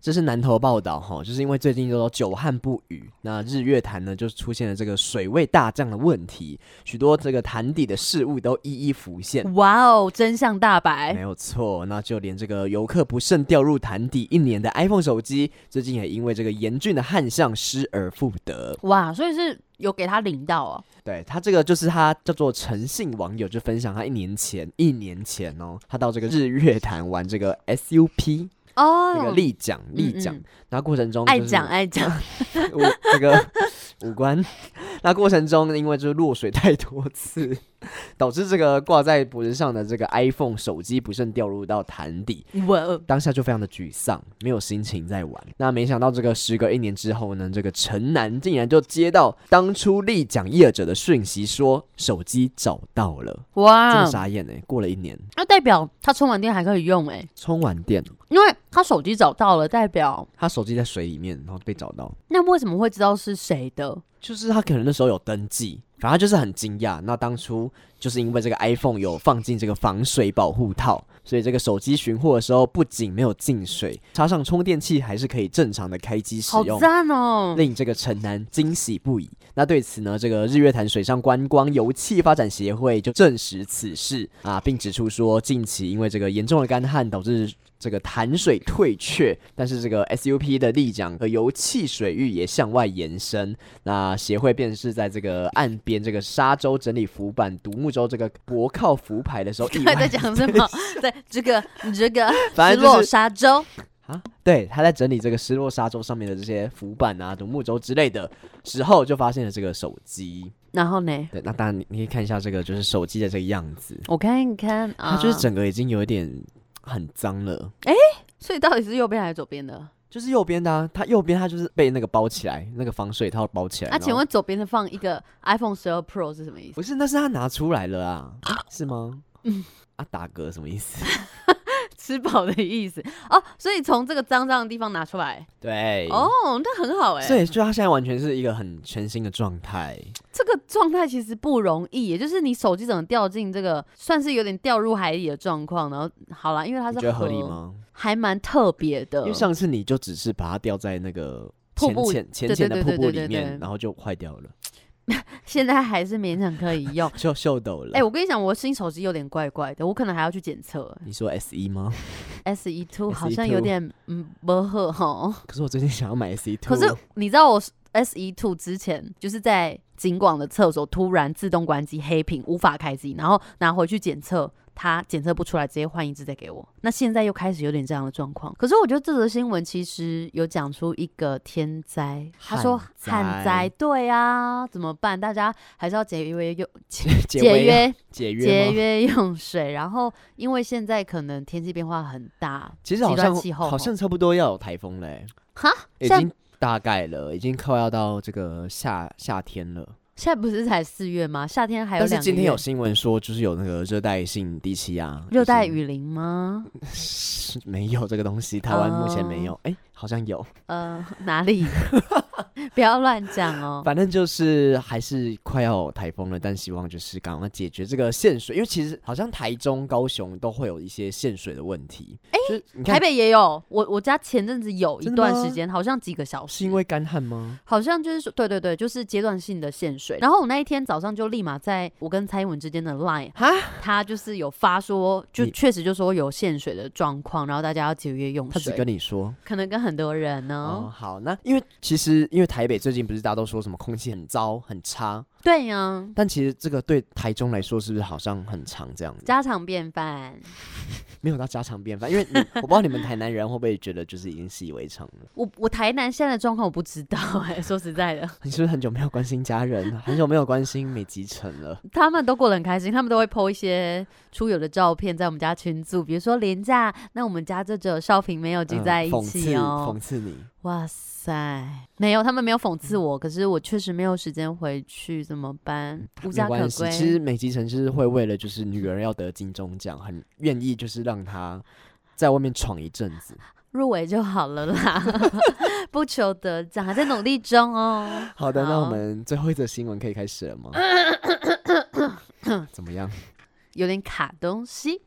Speaker 3: 这是南投报道哈，就是因为最近都有久旱不雨，那日月潭呢就出现了这个水位大降的问题，许多这个潭底的事物都一一浮现。
Speaker 1: 哇哦，真相大白
Speaker 3: 没。有错，那就连这个游客不慎掉入潭底一年的 iPhone 手机，最近也因为这个严峻的旱象失而复得。
Speaker 1: 哇，所以是有给他领到哦。
Speaker 3: 对他这个就是他叫做诚信网友就分享，他一年前一年前哦，他到这个日月潭玩这个 SUP 那个
Speaker 1: 哦，
Speaker 3: 立桨立桨
Speaker 1: 嗯，
Speaker 3: 那过程中
Speaker 1: 爱啊
Speaker 3: 就是
Speaker 1: 讲爱讲，
Speaker 3: 我这 个五官。那过程中，因为就是落水太多次，导致这个挂在脖子上的这个 iPhone 手机不慎掉入到潭底，
Speaker 1: 哇哦，
Speaker 3: 当下就非常的沮丧，没有心情在玩。那没想到这个时隔一年之后呢，这个陈楠竟然就接到当初立奖业者的讯息说，手机找到了，真
Speaker 1: 哇
Speaker 3: 的，傻眼哎、过了一年，
Speaker 1: 那代表他充完电还可以用哎、
Speaker 3: 充完电，
Speaker 1: 因为他手机找到了，代表
Speaker 3: 他手机在水里面，然后被找到，
Speaker 1: 那为什么会知道是谁的？
Speaker 3: 就是他可能那时候有登记，反正他就是很惊讶。那当初就是因为这个 iPhone 有放进这个防水保护套，所以这个手机寻获的时候不仅没有进水，插上充电器还是可以正常的开机使
Speaker 1: 好
Speaker 3: 用。
Speaker 1: 赞哦！
Speaker 3: 令这个城南惊喜不已。那对此呢，这个日月潭水上观光油气发展协会就证实此事啊，并指出说，近期因为这个严重的干旱导致。这个潭水退却，但是这个 SUP 的立桨和油气水域也向外延伸。那协会便是在这个岸边这个沙洲整理浮板、独木舟这个泊靠浮排的时候意
Speaker 1: 他在
Speaker 3: 外，
Speaker 1: 讲什么？对，这个这个
Speaker 3: 反
Speaker 1: 失
Speaker 3: 正就
Speaker 1: 落
Speaker 3: 是
Speaker 1: 沙洲，
Speaker 3: 啊， 对，他在整理这个失落沙洲上面的这些浮板啊、独木舟之类的时候，就发现了这个手机。
Speaker 1: 然后呢？
Speaker 3: 对，那当然你你可以看一下这个，就是手机的这个样子，
Speaker 1: 我看一看
Speaker 3: 它
Speaker 1: 啊，
Speaker 3: 就是，整个已经有一点很脏了。
Speaker 1: 所以到底是右边还是左边的？
Speaker 3: 就是右边的、啊，它右边它就是被那个包起来，那个防水套包起来。
Speaker 1: 那
Speaker 3: 然后
Speaker 1: 啊请问左边的放一个 iPhone 十二 Pro 是什么意思？
Speaker 3: 不是？那是他拿出来了啊？是吗？
Speaker 1: 嗯
Speaker 3: 啊，打嗝什么意思？
Speaker 1: 吃饱的意思哦，所以从这个脏脏的地方拿出来
Speaker 3: 对，
Speaker 1: 哦，那很好哎、
Speaker 3: 所以就他现在完全是一个很全新的状态。
Speaker 1: 这个状态其实不容易，也就是你手机怎么掉进这个算是有点掉入海里的状况，然后好啦，因为它
Speaker 3: 你
Speaker 1: 是
Speaker 3: 觉得合理？吗？
Speaker 1: 还蛮特别的，
Speaker 3: 因为上次你就只是把它吊在那个
Speaker 1: 瀑
Speaker 3: 浅
Speaker 1: 布
Speaker 3: 浅浅
Speaker 1: 对
Speaker 3: 浅
Speaker 1: 对
Speaker 3: 的
Speaker 1: 对
Speaker 3: 瀑
Speaker 1: 对
Speaker 3: 布
Speaker 1: 对
Speaker 3: 里
Speaker 1: 对
Speaker 3: 面，
Speaker 1: 对
Speaker 3: 然后就坏掉了，
Speaker 1: 现在还是勉强可以用。
Speaker 3: 就锈斗了。
Speaker 1: 哎、我跟你讲，我新手机有点怪怪的，我可能还要去检测。
Speaker 3: 你说 S 一吗？
Speaker 1: S E two
Speaker 3: SE
Speaker 1: 好像有点嗯不合哈，
Speaker 3: 可是我最近想要买 S 一 two，
Speaker 1: 可是你知道我 S E two 之前就是在景广的厕所突然自动关机黑屏，无法开机，然后拿回去检测。它检测不出来，直接换一只再给我。那现在又开始有点这样的状况。可是我觉得这则新闻其实有讲出一个天灾，他说
Speaker 3: 旱灾
Speaker 1: 旱灾，对啊，怎么办？大家还是要节 约用
Speaker 3: 解
Speaker 1: 节约
Speaker 3: 解约
Speaker 1: 节
Speaker 3: 吗
Speaker 1: 约用水，然后因为现在可能天气变化很大，
Speaker 3: 其实好
Speaker 1: 极端
Speaker 3: 像
Speaker 1: 气候
Speaker 3: 好像差不多要有台风嘞、
Speaker 1: 哈，
Speaker 3: 已
Speaker 1: 现在
Speaker 3: 经大概了，已经快要到这个夏夏天了。
Speaker 1: 现在不是才四月吗？夏天还有
Speaker 3: 但是
Speaker 1: 两个
Speaker 3: 今天
Speaker 1: 月
Speaker 3: 有。新闻说，就是有那个热带性低气压，
Speaker 1: 热 带
Speaker 3: 就是嗯
Speaker 1: 雨林吗？哦
Speaker 3: 没有这个东西，台湾目前没有。哎、好像有，
Speaker 1: 呃， 哪里？不要乱讲哦。
Speaker 3: 反正就是还是快要有台风了，但希望就是赶快解决这个限水，因为其实好像台中、高雄都会有一些限水的问题。哎、就是 你看
Speaker 1: 台北也有，我我家前阵子有一
Speaker 3: 真的
Speaker 1: 段
Speaker 3: 吗
Speaker 1: 时间，好像几个小时，
Speaker 3: 是因为干旱吗？
Speaker 1: 好像就是说，对对对，就是阶段性的限水。然后我那一天早上就立马在我跟蔡英文之间的 Line，
Speaker 3: 哈，
Speaker 1: 他就是有发说，就
Speaker 3: 你
Speaker 1: 确实就说有限水的状况，然后大家要节约用
Speaker 3: 他只
Speaker 1: 水，
Speaker 3: 跟你说。
Speaker 1: 可能跟很多人
Speaker 3: 哦，
Speaker 1: 呢，
Speaker 3: 好，那因为其实因为台北最近不是大家都说什么空气很糟很差，
Speaker 1: 对呀、
Speaker 3: 但其实这个对台中来说是不是好像很长这样子？
Speaker 1: 家常便饭。
Speaker 3: 没有到家常便饭，因为你 我不知道你们台南人会不会觉得就是已经习以为常了。
Speaker 1: 我我台南现在的状况我不知道哎、说实在的，
Speaker 3: 你是不是很久没有关心家人，很久没有关心美吉城了？
Speaker 1: 他们都过得很开心，他们都会 PO 一些出游的照片在我们家群组，比如说廉价，那我们家就只有少平没有聚
Speaker 3: 嗯
Speaker 1: 在一
Speaker 3: 讽
Speaker 1: 起
Speaker 3: 刺
Speaker 1: 哦。
Speaker 3: 讽刺你，
Speaker 1: 哇塞，没有，他们没有讽刺我，可是我确实没有时间回去，怎么办？无家
Speaker 3: 没
Speaker 1: 可
Speaker 3: 关系。
Speaker 1: 归。
Speaker 3: 其实美吉城就是会为了就是女儿要得金钟奖，很愿意就是让她在外面闯一阵子。
Speaker 1: 入围就好了啦， 不求得奖，还在努力中哦。
Speaker 3: 好的，那
Speaker 1: 好
Speaker 3: 我们最后一则新闻可以开始了 吗？怎么样？
Speaker 1: 有点卡东西。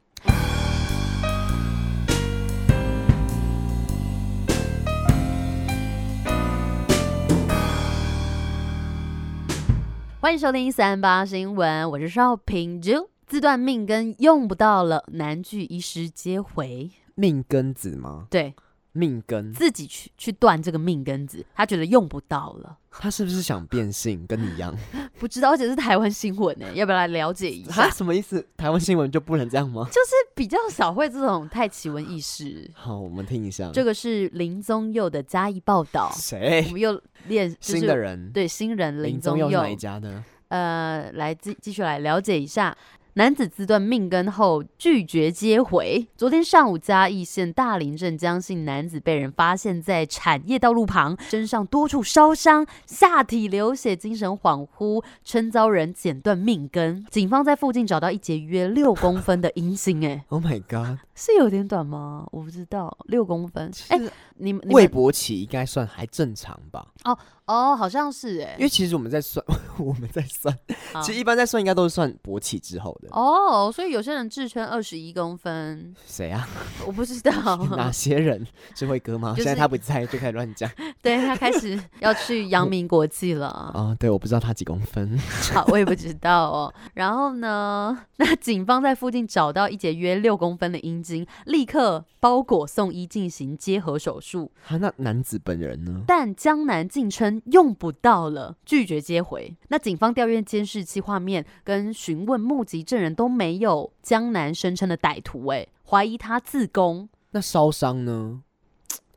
Speaker 1: 欢迎收听三八新闻，我是邵平啾。自断命根用不到了，难拒医师接回。
Speaker 3: 命根子吗？
Speaker 1: 对
Speaker 3: 命根，
Speaker 1: 自己去去断这个命根子，他觉得用不到了，
Speaker 3: 他是不是想变性？跟你一 样？
Speaker 1: 不知道，而且是台湾新闻呢，要不要来了解一
Speaker 3: 啊？
Speaker 1: 下？
Speaker 3: 什么意思？台湾新闻就不能这样吗？
Speaker 1: 比较少会这种太奇闻异事。
Speaker 3: 好，我们听一下。
Speaker 1: 这个是林宗佑的嘉义报道， 我
Speaker 3: 谁？
Speaker 1: 们又练、就是、
Speaker 3: 新的人？
Speaker 1: 对新人林
Speaker 3: 林
Speaker 1: 宗
Speaker 3: 宗佑是
Speaker 1: 佑
Speaker 3: 哪，一家的？
Speaker 1: 呃，来继继续来了解一下。男子自断命根后拒绝接回。昨天上午，嘉义县大林镇江姓男子被人发现在产业道路旁，身上多处烧伤，下体流血，精神恍惚，称遭人剪断命根。警方在附近找到一截约六公分的阴茎，哎，
Speaker 3: Oh my god！
Speaker 1: 是有点短吗？我不知道，六公分。 哎、
Speaker 3: 其实
Speaker 1: 你们你
Speaker 3: 魏
Speaker 1: 们
Speaker 3: 博奇应该算还正常吧，
Speaker 1: 哦，好像是哎、
Speaker 3: 因为其实我们在算， 我们在算，
Speaker 1: 好
Speaker 3: 其实一般在算应该都是算勃起之后的。
Speaker 1: 哦，所以有些人自称二十一公分，
Speaker 3: 谁啊？
Speaker 1: 我 不知道
Speaker 3: 哪些人是会哥吗？
Speaker 1: 就是
Speaker 3: 现在他不在哦就开始乱 讲
Speaker 1: 对他开始要去扬名国际 了。
Speaker 3: 啊！对，我不知道他几公 分。
Speaker 1: 好，我也不知道哦。然后呢， 那警方在附近找到一节约六公分的阴茎，立刻包裹送医进行结合手术。
Speaker 3: 啊，那男子本人呢？
Speaker 1: 但江南竟称用不到了，拒绝接回。那警方调阅监视器画面跟询问目击证人都没有江南声称的歹徒、欸，怀疑他自宫。
Speaker 3: 那烧伤呢？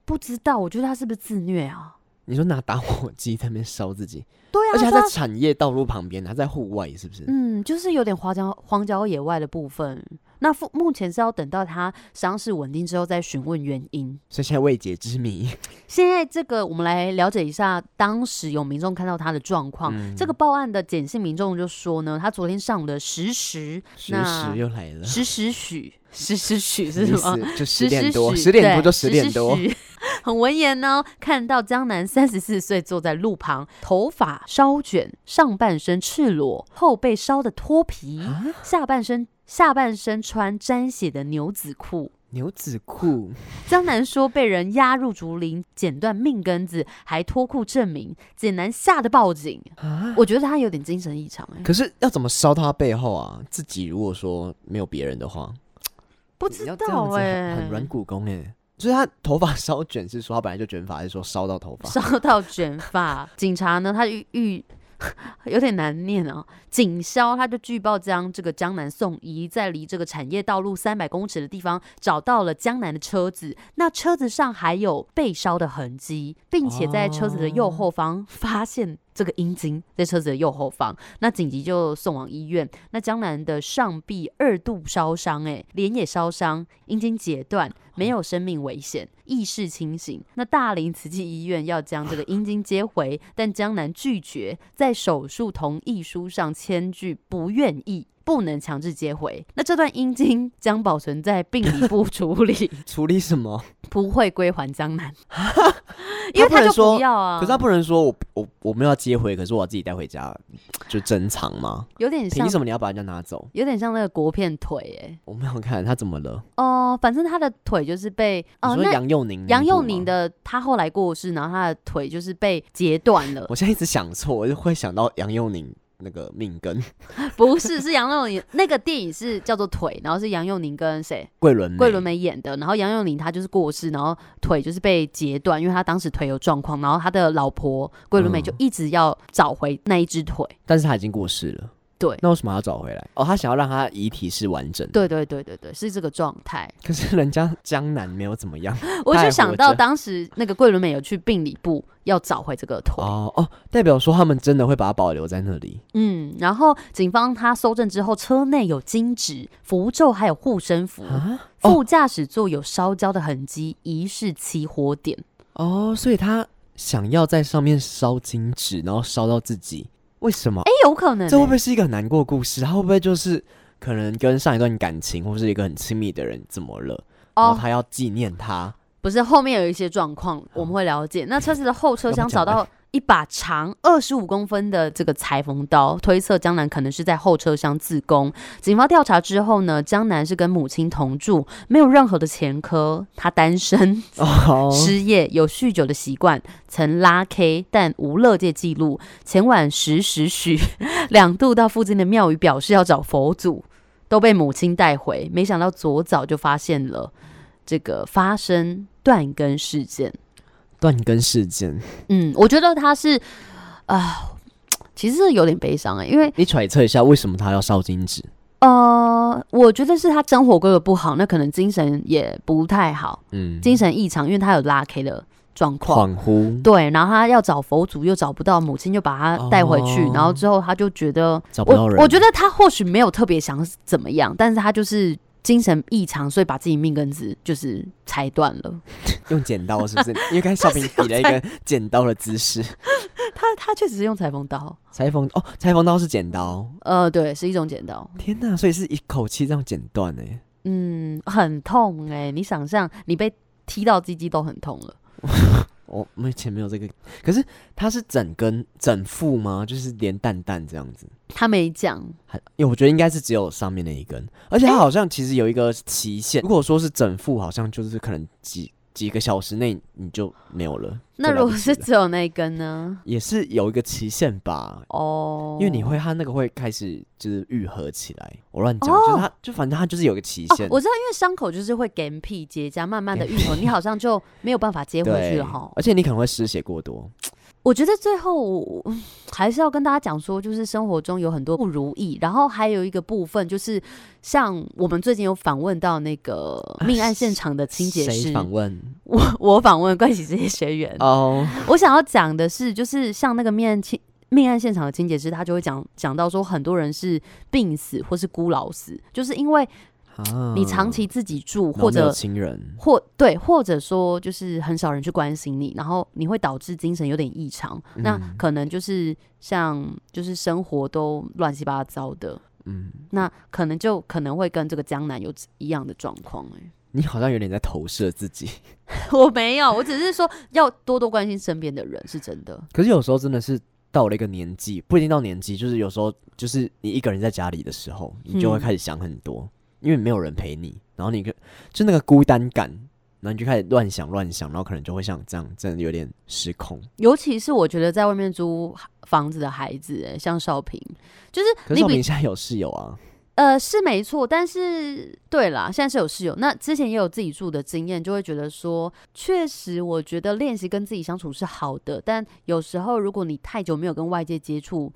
Speaker 1: 不知道，我觉得他是不是自虐啊？
Speaker 3: 你说拿打火机在那边烧自己，
Speaker 1: 对啊，
Speaker 3: 而且他
Speaker 1: 说
Speaker 3: 在产业道路旁边，他在户外是不是？
Speaker 1: 嗯，就是有点荒郊荒郊野外的部分。那目目前是要等到他伤势稳定之后再询问原因。
Speaker 3: 所以现在未解之谜。
Speaker 1: 现在这个，我们来了解一下，当时有民众看到他的状况。这个报案的简姓民众就说呢，他昨天上午的十时，
Speaker 3: 实
Speaker 1: 那
Speaker 3: 时又来了，
Speaker 1: 十时许，十时许
Speaker 3: 什么
Speaker 1: 是
Speaker 3: 意
Speaker 1: 什么？
Speaker 3: 思？就
Speaker 1: 十
Speaker 3: 十点多，
Speaker 1: 时许
Speaker 3: 十点多
Speaker 1: 对
Speaker 3: 就十点
Speaker 1: 时
Speaker 3: 多。
Speaker 1: 许 很文言呢、看到江南三十四岁坐在路旁，头发稍卷，上半身赤裸，后背烧得脱皮，
Speaker 3: 啊
Speaker 1: 下半身下半身穿沾血的牛仔裤。
Speaker 3: 牛仔裤，
Speaker 1: 江南说被人压入竹林，剪断命根子，还脱裤证明。简南吓得报警。我觉得他有点精神异常、欸，
Speaker 3: 啊可是要怎么烧到他背后啊？自己如果说没有别人的话，
Speaker 1: 不
Speaker 3: 你
Speaker 1: 知
Speaker 3: 要这样
Speaker 1: 道
Speaker 3: 子很
Speaker 1: 哎、
Speaker 3: 很软骨功哎、就是他头发烧卷是说他本来就卷发，还是说烧到头发？
Speaker 1: 烧到卷发。警察呢，他遇遇有点难念哦。警消他就据报将这个江南送医，在离这个产业道路三百公尺的地方找到了江南的车子，那车子上还有被烧的痕迹，并且在车子的右后方发现。这个阴茎在车子的右后方，那紧急就送往医院。那江南的上臂二度烧伤，哎，脸也烧伤，阴茎截断，没有生命危险，意识清醒。那大林慈济医院要将这个阴茎接回，但江南拒绝在手术同意书上签据不愿意。不能强制接回。那这段阴茎将保存在病理部处理，
Speaker 3: 处理什么？
Speaker 1: 不会归还江南，因
Speaker 3: 他
Speaker 1: 为
Speaker 3: 不能
Speaker 1: 就
Speaker 3: 说
Speaker 1: 不要啊，
Speaker 3: 可是他不能说我我我们要接回，可是我要自己带回家，就珍藏吗？
Speaker 1: 有点像
Speaker 3: 凭什么你要把人家拿走？
Speaker 1: 有点像那个国片腿哎、
Speaker 3: 我没有看他怎么了。
Speaker 1: 哦、反正他的腿就是被哦、
Speaker 3: 你说
Speaker 1: 那
Speaker 3: 杨佑宁那一部吗，
Speaker 1: 杨佑宁的他后来过世，然后他的腿就是被截断了，
Speaker 3: 我现在一直想错，我就会想到杨佑宁那个命根
Speaker 1: 不是是杨佑宁那个电影是叫做腿，然后是杨佑宁跟谁
Speaker 3: 桂纶镁
Speaker 1: 桂纶镁演的，然后杨佑宁他就是过世，然后腿就是被截断，因为他当时腿有状况，然后他的老婆桂纶镁
Speaker 3: 嗯
Speaker 1: 就一直要找回那一只腿，
Speaker 3: 但是他已经过世了。
Speaker 1: 对
Speaker 3: 那为什么还要找回来？哦，他想要让他遗体是完整的。
Speaker 1: 对对对对对，是这个状态。
Speaker 3: 可是人家江南没有怎么样
Speaker 1: 我
Speaker 3: 他还
Speaker 1: 就
Speaker 3: 活
Speaker 1: 想到
Speaker 3: 着
Speaker 1: 当时那个桂纶镁有去病理部要找回这个腿，
Speaker 3: 哦哦，代表说他们真的会把它保留在那里。
Speaker 1: 嗯，然后警方他搜证之后，车内有金纸、符咒，还有护身符，
Speaker 3: 啊，哦
Speaker 1: 副驾驶座有烧焦的痕迹，疑是起火点。
Speaker 3: 哦，所以他想要在上面烧金纸，然后烧到自己，为什么？
Speaker 1: 哎、有可能、
Speaker 3: 这会不
Speaker 1: 欸。
Speaker 3: 会是一个很难过的故事？他会不会就是可能跟上一段感情或是一个很亲密的人怎么了？然后
Speaker 1: 哦，
Speaker 3: 他要纪念他，
Speaker 1: 不是，后面有一些状况我们会了解。那车子的后车厢
Speaker 3: 要
Speaker 1: 找
Speaker 3: 不讲
Speaker 1: 到一把长二十五公分的这个裁缝刀，推测江南可能是在后车厢自宫。警方调查之后呢，江南是跟母亲同住，没有任何的前科，他单身。
Speaker 3: 哦
Speaker 1: 失业，有酗酒的习惯，曾拉 K 但无乐界记录。前晚十时许， 两度到附近的庙宇表示要找佛祖，都被母亲带回。没想到左早就发现了这个发生断根事件。
Speaker 3: 断根事件，
Speaker 1: 嗯，我觉得他是啊、其实有点悲伤哎、因为
Speaker 3: 你揣测一下为什么他要烧金纸？
Speaker 1: 呃，我觉得是他生活规律不好，那可能精神也不太好，
Speaker 3: 嗯，
Speaker 1: 精神异常，因为他有拉 K 的状况。
Speaker 3: 恍惚
Speaker 1: 对，然后他要找佛祖又找不到，母亲就把他带回去，
Speaker 3: 哦
Speaker 1: 然后之后他就觉得，
Speaker 3: 找不
Speaker 1: 我
Speaker 3: 到人，
Speaker 1: 我觉得他或许没有特别想怎么样，但是他就是精神异常，所以把自己命根子就是裁断了。
Speaker 3: 用剪刀是不 是？因为刚才小平比了一个剪刀的姿势，
Speaker 1: 他他确实是用裁缝刀，
Speaker 3: 裁缝哦，裁缝刀是剪刀，
Speaker 1: 呃，对，是一种剪刀，
Speaker 3: 天哪，所以是一口气这样剪断哎、
Speaker 1: 嗯，很痛哎、你想象你被踢到鸡鸡都很痛了，
Speaker 3: 我、哦、我以前没有这个，可是它是整根整副吗？就是连蛋蛋这样子，
Speaker 1: 他没讲，
Speaker 3: 还因为我觉得应该是只有上面那一根，而且它好像其实有一个期限，如果说是整副，好像就是可能几几个小时内你就没有了。
Speaker 1: 那
Speaker 3: 就来
Speaker 1: 如
Speaker 3: 不
Speaker 1: 果
Speaker 3: 及
Speaker 1: 是
Speaker 3: 了
Speaker 1: 只有那一根呢？
Speaker 3: 也是有一个期限吧，
Speaker 1: 哦，
Speaker 3: 因为你会，它那个会开始就是愈合起来。我乱讲，
Speaker 1: 哦
Speaker 3: 就是它，就反正它就是有个期
Speaker 1: 哦
Speaker 3: 限。，
Speaker 1: 我知道，因为伤口就是会 g a m 屁结痂，慢慢的愈合，你好像就没有办法接回去
Speaker 3: 对
Speaker 1: 了哈，。
Speaker 3: 而且你可能会失血过多。
Speaker 1: 我觉得最后我我还是要跟大家讲说，就是生活中有很多不如意，然后还有一个部分就是像我们最近有访问到那个命案现场的清洁师
Speaker 3: 啊谁，访问？
Speaker 1: 我 我访问关系这些学员，
Speaker 3: 哦，
Speaker 1: 我想要讲的是，就是像那个命案清命案现场的清洁师，他就会讲讲到说，很多人是病死或是孤老死，就是因为
Speaker 3: 啊
Speaker 1: 你长期自己住
Speaker 3: 然后
Speaker 1: 或
Speaker 3: 没有
Speaker 1: 者
Speaker 3: 亲人，
Speaker 1: 或对，或者说就是很少人去关心你，然后你会导致精神有点异常，那
Speaker 3: 嗯
Speaker 1: 可能就是像就是生活都乱七八糟的，
Speaker 3: 嗯，
Speaker 1: 那可能就可能会跟这个江南有一样的状况、欸。
Speaker 3: 你好像有点在投射自己。
Speaker 1: 我没有，我只是说要多多关心身边的人，是真的。
Speaker 3: 可是有时候真的是到了一个年纪，不一定到年纪，就是有时候就是你一个人在家里的时候，你就会
Speaker 1: 嗯
Speaker 3: 开始想很多，因为没有人陪你，然后你就就那个孤单感，然后你就开始乱想乱想，然后可能就会像这样，真的有点失控。
Speaker 1: 尤其是我觉得在外面租房子的孩子、欸，像少平，就是
Speaker 3: 可是
Speaker 1: 你
Speaker 3: 我
Speaker 1: 比
Speaker 3: 们现在有室友啊，
Speaker 1: 呃，是没错，但是对啦，现在是有室友，那之前也有自己住的经验，就会觉得说，确实我觉得练习跟自己相处是好的，但有时候如果你太久没有跟外界接触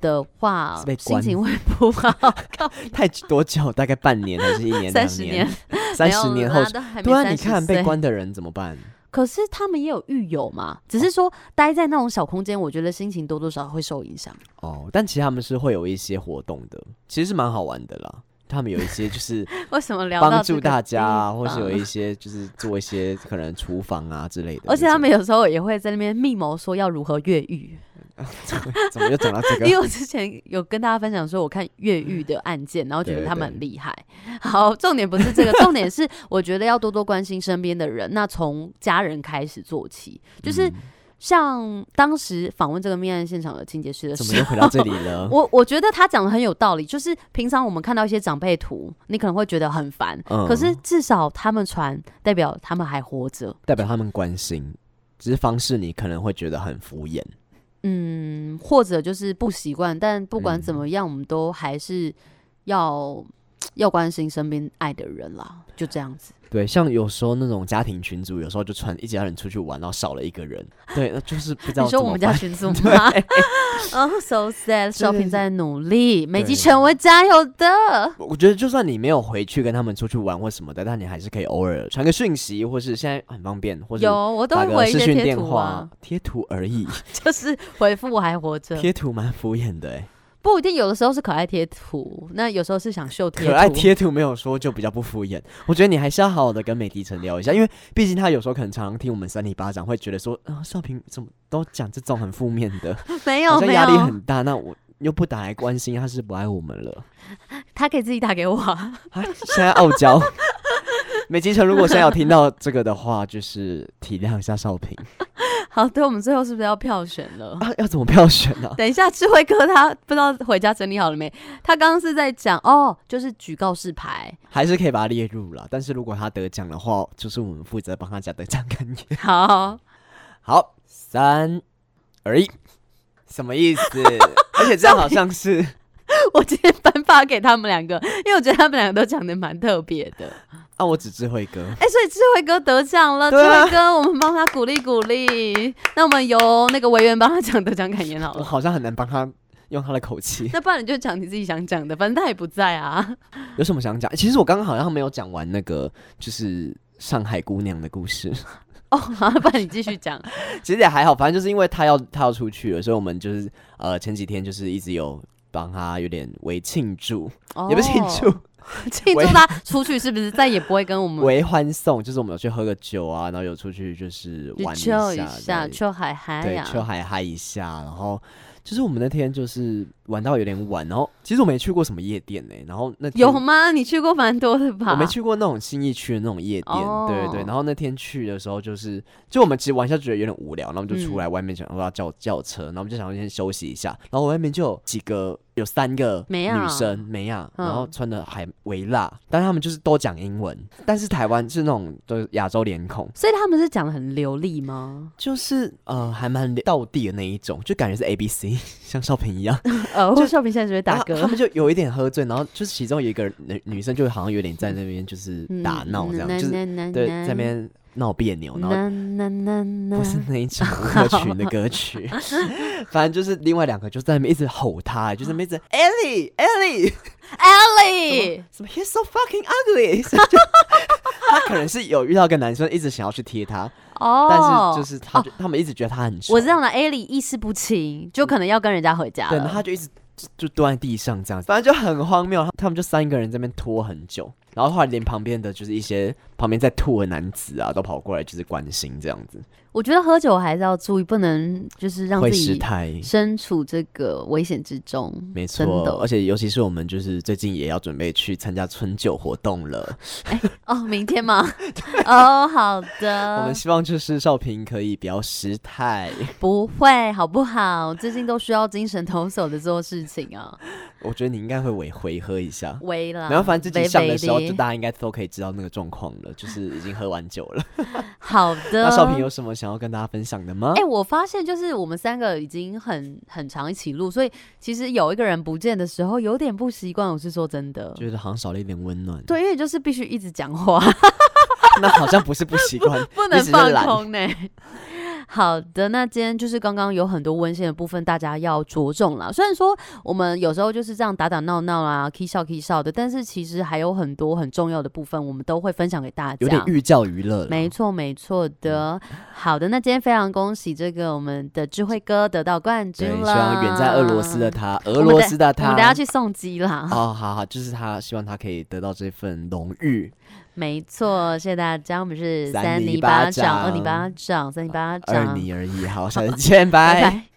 Speaker 1: 的话
Speaker 3: 是 被，
Speaker 1: 心
Speaker 3: 关
Speaker 1: 情会不 好。靠
Speaker 3: 太多久？大概半年还是一 年？
Speaker 1: 三十
Speaker 3: 两
Speaker 1: 年，，
Speaker 3: 三十
Speaker 1: 没有
Speaker 3: 年后
Speaker 1: 啦，都还没
Speaker 3: 对啊，
Speaker 1: 30
Speaker 3: 你看被
Speaker 1: 岁
Speaker 3: 关的人怎么办？
Speaker 1: 可是他们也有狱友嘛，只是说待在那种小空间，我觉得心情多多少少会受影响。
Speaker 3: 哦，但其实他们是会有一些活动的，其实是蛮好玩的啦。他们有一些就是
Speaker 1: 为什么聊到
Speaker 3: 帮
Speaker 1: 这
Speaker 3: 助
Speaker 1: 个
Speaker 3: 大家啊，
Speaker 1: 地
Speaker 3: 或是有
Speaker 1: 方
Speaker 3: 一些就是做一些可能厨房啊之类的那种。
Speaker 1: 而且他们有时候也会在那边密谋说要如何越狱。
Speaker 3: 怎么又讲到 这
Speaker 1: 因
Speaker 3: 个？
Speaker 1: 为我之前有跟大家分享说，我看越狱的案件，然后觉得
Speaker 3: 对
Speaker 1: 他们
Speaker 3: 对
Speaker 1: 很厉害。好，重点不是这个，重点是我觉得要多多关心身边的人，那从家人开始做起，
Speaker 3: 嗯
Speaker 1: 就是。像当时访问这个命案现场的清洁师的
Speaker 3: 怎
Speaker 1: 时
Speaker 3: 么
Speaker 1: 候，
Speaker 3: 又回到这里 了？
Speaker 1: 我我觉得他讲的很有道理，就是平常我们看到一些长辈图，你可能会觉得很烦，
Speaker 3: 嗯
Speaker 1: 可是至少他们传，代表他们还活着。
Speaker 3: 代表他们关心，只是方式你可能会觉得很敷衍。
Speaker 1: 嗯，或者就是不习惯，但不管怎
Speaker 3: 嗯
Speaker 1: 么样，我们都还是要要关心身边爱的人啦，就这样子。
Speaker 3: 对，像有时候那种家庭群组，有时候就传一家人出去玩，然后少了一个人，对，那就是不知道
Speaker 1: 你
Speaker 3: 怎
Speaker 1: 说
Speaker 3: 么
Speaker 1: 我们家
Speaker 3: 办
Speaker 1: 群 组吗？哦 so sad，小
Speaker 3: 对
Speaker 1: 品在努力，美
Speaker 3: 对
Speaker 1: 琪成为加油的。
Speaker 3: 我觉得就算你没有回去跟他们出去玩或什么的，但你还是可以偶尔传个讯息，或是现在很方便，或者
Speaker 1: 有，我都
Speaker 3: 打
Speaker 1: 会
Speaker 3: 个
Speaker 1: 回一
Speaker 3: 视
Speaker 1: 些
Speaker 3: 讯
Speaker 1: 贴
Speaker 3: 电
Speaker 1: 图
Speaker 3: 话
Speaker 1: 啊，，
Speaker 3: 贴图而已，
Speaker 1: 就是回复我还活着。
Speaker 3: 贴图蛮敷衍的、欸，
Speaker 1: 不一定，有的时候是可爱贴图，那有时候是想秀贴图。
Speaker 3: 可爱贴图没有说就比较不敷衍。我觉得你还是要好好的跟美迪晨聊一下，因为毕竟他有时候可能常常听我们三里巴掌，会觉得说啊，少平怎么都讲这种很负面 的，
Speaker 1: 没
Speaker 3: 好
Speaker 1: 有
Speaker 3: 像
Speaker 1: 哎没
Speaker 3: 压力
Speaker 1: 有，
Speaker 3: 很大。那我又不打来关心，他是不爱我们了。
Speaker 1: 他可以自己打给我啊。
Speaker 3: 啊，现在傲娇。美吉城如果现在有听到这个的话，就是体谅一下少 平
Speaker 1: 好，对我们最后是不是要票选了？
Speaker 3: 啊，要怎么票选 呢、
Speaker 1: 等一下，智慧哥他不知道回家整理好了没？他刚刚是在讲哦，就是举告示牌。
Speaker 3: 还是可以把它列入了。但是如果他得奖的话，就是我们负责帮他加得奖感言。
Speaker 1: 好，
Speaker 3: 好，三二一，什么意 思？而且这样好像是
Speaker 1: 我今天颁发给他们两个，因为我觉得他们两个都讲的蛮特别的。
Speaker 3: 啊，我只智慧哥，
Speaker 1: 哎、所以智慧哥得奖了，智
Speaker 3: 对啊
Speaker 1: 慧哥，我们帮他鼓励鼓励。那我们由那个委员帮他讲得奖感言好
Speaker 3: 我
Speaker 1: 了。
Speaker 3: 好像很难帮他用他的口气。
Speaker 1: 那不然你就讲你自己想讲的，反正他也不在啊。
Speaker 3: 有什么想讲？其实我刚刚好像没有讲完那个，就是上海姑娘的故 事。
Speaker 1: 哦，好，不然你继续 讲。
Speaker 3: 其实也还好，反正就是因为他要他要出去了，所以我们就是呃前几天就是一直有帮他有点为庆祝，也不是庆
Speaker 1: 哦，
Speaker 3: 祝，
Speaker 1: 庆祝
Speaker 3: 为
Speaker 1: 他出去是不是再也不会跟我们
Speaker 3: 为欢送，就是我们有去喝个酒啊，然后有出去就是
Speaker 1: 去
Speaker 3: 玩下，
Speaker 1: chill 一下，
Speaker 3: 对
Speaker 1: 秋海嗨啊
Speaker 3: 对，
Speaker 1: 哎呀？
Speaker 3: 秋海嗨一下，然后。就是我们那天就是玩到有点晚，然后其实我没去过什么夜店呢、然后那天
Speaker 1: 有吗？你去过蛮多的吧？
Speaker 3: 我没去过那种新义区的那种夜店，对对对
Speaker 1: 哦。
Speaker 3: 然后那天去的时候，就是就我们其实玩一下觉得有点无聊，然后我们就
Speaker 1: 嗯
Speaker 3: 出来外面想说要叫叫车，然后我们就想说先休息一下。然后外面就有几个有三个
Speaker 1: 美
Speaker 3: 女
Speaker 1: 亚
Speaker 3: 生，美亚，
Speaker 1: 啊嗯
Speaker 3: 然后穿的还微辣，但是他们就是都讲英文，但是台湾是那种就是亚洲脸孔，
Speaker 1: 所以他们是讲的很流 利吗？
Speaker 3: 就是呃还蛮道地的那一种，就感觉是 A B C，像 少平一样。
Speaker 1: 呃，我少平现在只会打
Speaker 3: 然后
Speaker 1: 嗝
Speaker 3: 他。们就有一点喝醉，然后就是其中有一个女女生就好像有点在那边就是
Speaker 1: 嗯
Speaker 3: 打闹这样，就是对，嗯在那边闹别扭，
Speaker 1: 嗯
Speaker 3: 然后不是那一种 舞歌曲的歌曲， 反正就是另外两个就在那边一直吼他，就是那边一 直 Ellie Ellie
Speaker 1: ，Ellie，
Speaker 3: 什么 He's so fucking ugly，就 他可能是有遇到个男生一直想要去贴他，
Speaker 1: 哦
Speaker 3: 但，是就是他就他们一直觉得他很丑，
Speaker 1: 我知道了，Ellie 意识不清，就可能要跟人家回家
Speaker 3: 对，然后他
Speaker 1: 了。
Speaker 3: 就一直就就蹲在地上这样子，反正就很荒谬。他们就三个人在那边拖很久，然后后来连旁边的就是一些旁边在吐的男子啊，都跑过来就是关心这样子，
Speaker 1: 我觉得喝酒还是要注意，不能就是让
Speaker 3: 会
Speaker 1: 自
Speaker 3: 失
Speaker 1: 己
Speaker 3: 态。
Speaker 1: 身处这个危险之中。
Speaker 3: 没
Speaker 1: 真
Speaker 3: 错，而
Speaker 1: 的
Speaker 3: 且尤其是我们就是最近也要准备去参加春酒活动了，
Speaker 1: 哦，明 天吗？哦，好的，
Speaker 3: 我们希望就是少平可以不要失 态。
Speaker 1: 不会，好不好？最近都需要精神抖擞的做事情啊，
Speaker 3: 我觉得你应该会回回喝一下。
Speaker 1: 微啦。
Speaker 3: 然后反正自己上的时候，
Speaker 1: 微微
Speaker 3: 就
Speaker 1: 地
Speaker 3: 大家应该都可以知道那个状况了，就是已经喝完酒了。
Speaker 1: 好
Speaker 3: 那
Speaker 1: 的。
Speaker 3: 少平有什么想要跟大家分享的吗？
Speaker 1: 哎、我发现就是我们三个已经很很长一起录，所以其实有一个人不见的时候有点不习惯，我是说真的。
Speaker 3: 觉得好像少了一点温暖。
Speaker 1: 对，因为就是必须一直讲 话，
Speaker 3: 那好像不是不习惯，
Speaker 1: 不
Speaker 3: 你
Speaker 1: 能
Speaker 3: 只是
Speaker 1: 放
Speaker 3: 懒
Speaker 1: 空呢。好的，那今天就是刚刚有很多温馨的部分，大家要着重啦。虽然说我们有时候就是这样打打闹闹啦，k 笑 k 笑的，但是其实还有很多很重要的部分，我们都会分享给大
Speaker 3: 有点
Speaker 1: 家。
Speaker 3: 寓教于乐了。
Speaker 1: 没错，没错的。
Speaker 3: 嗯
Speaker 1: 好的，那今天非常恭喜这个我们的智慧哥得到冠
Speaker 3: 对，
Speaker 1: 军
Speaker 3: 希
Speaker 1: 了。
Speaker 3: 望远在俄罗斯的他，
Speaker 1: 我
Speaker 3: 俄
Speaker 1: 们等，
Speaker 3: 罗斯的
Speaker 1: 我
Speaker 3: 他，
Speaker 1: 们等下去送机啦。
Speaker 3: 哦，好好，就是他，希望他可以得到这份荣 誉。
Speaker 1: 没错，谢谢大家。我们是
Speaker 3: 三
Speaker 1: 三
Speaker 3: 泥
Speaker 1: 泥
Speaker 3: 巴
Speaker 1: 巴掌、
Speaker 3: 掌
Speaker 1: 二泥巴掌、三泥巴
Speaker 3: 二
Speaker 1: 掌，
Speaker 3: 你而已，好，下次见，
Speaker 1: 拜
Speaker 3: 拜
Speaker 1: 拜。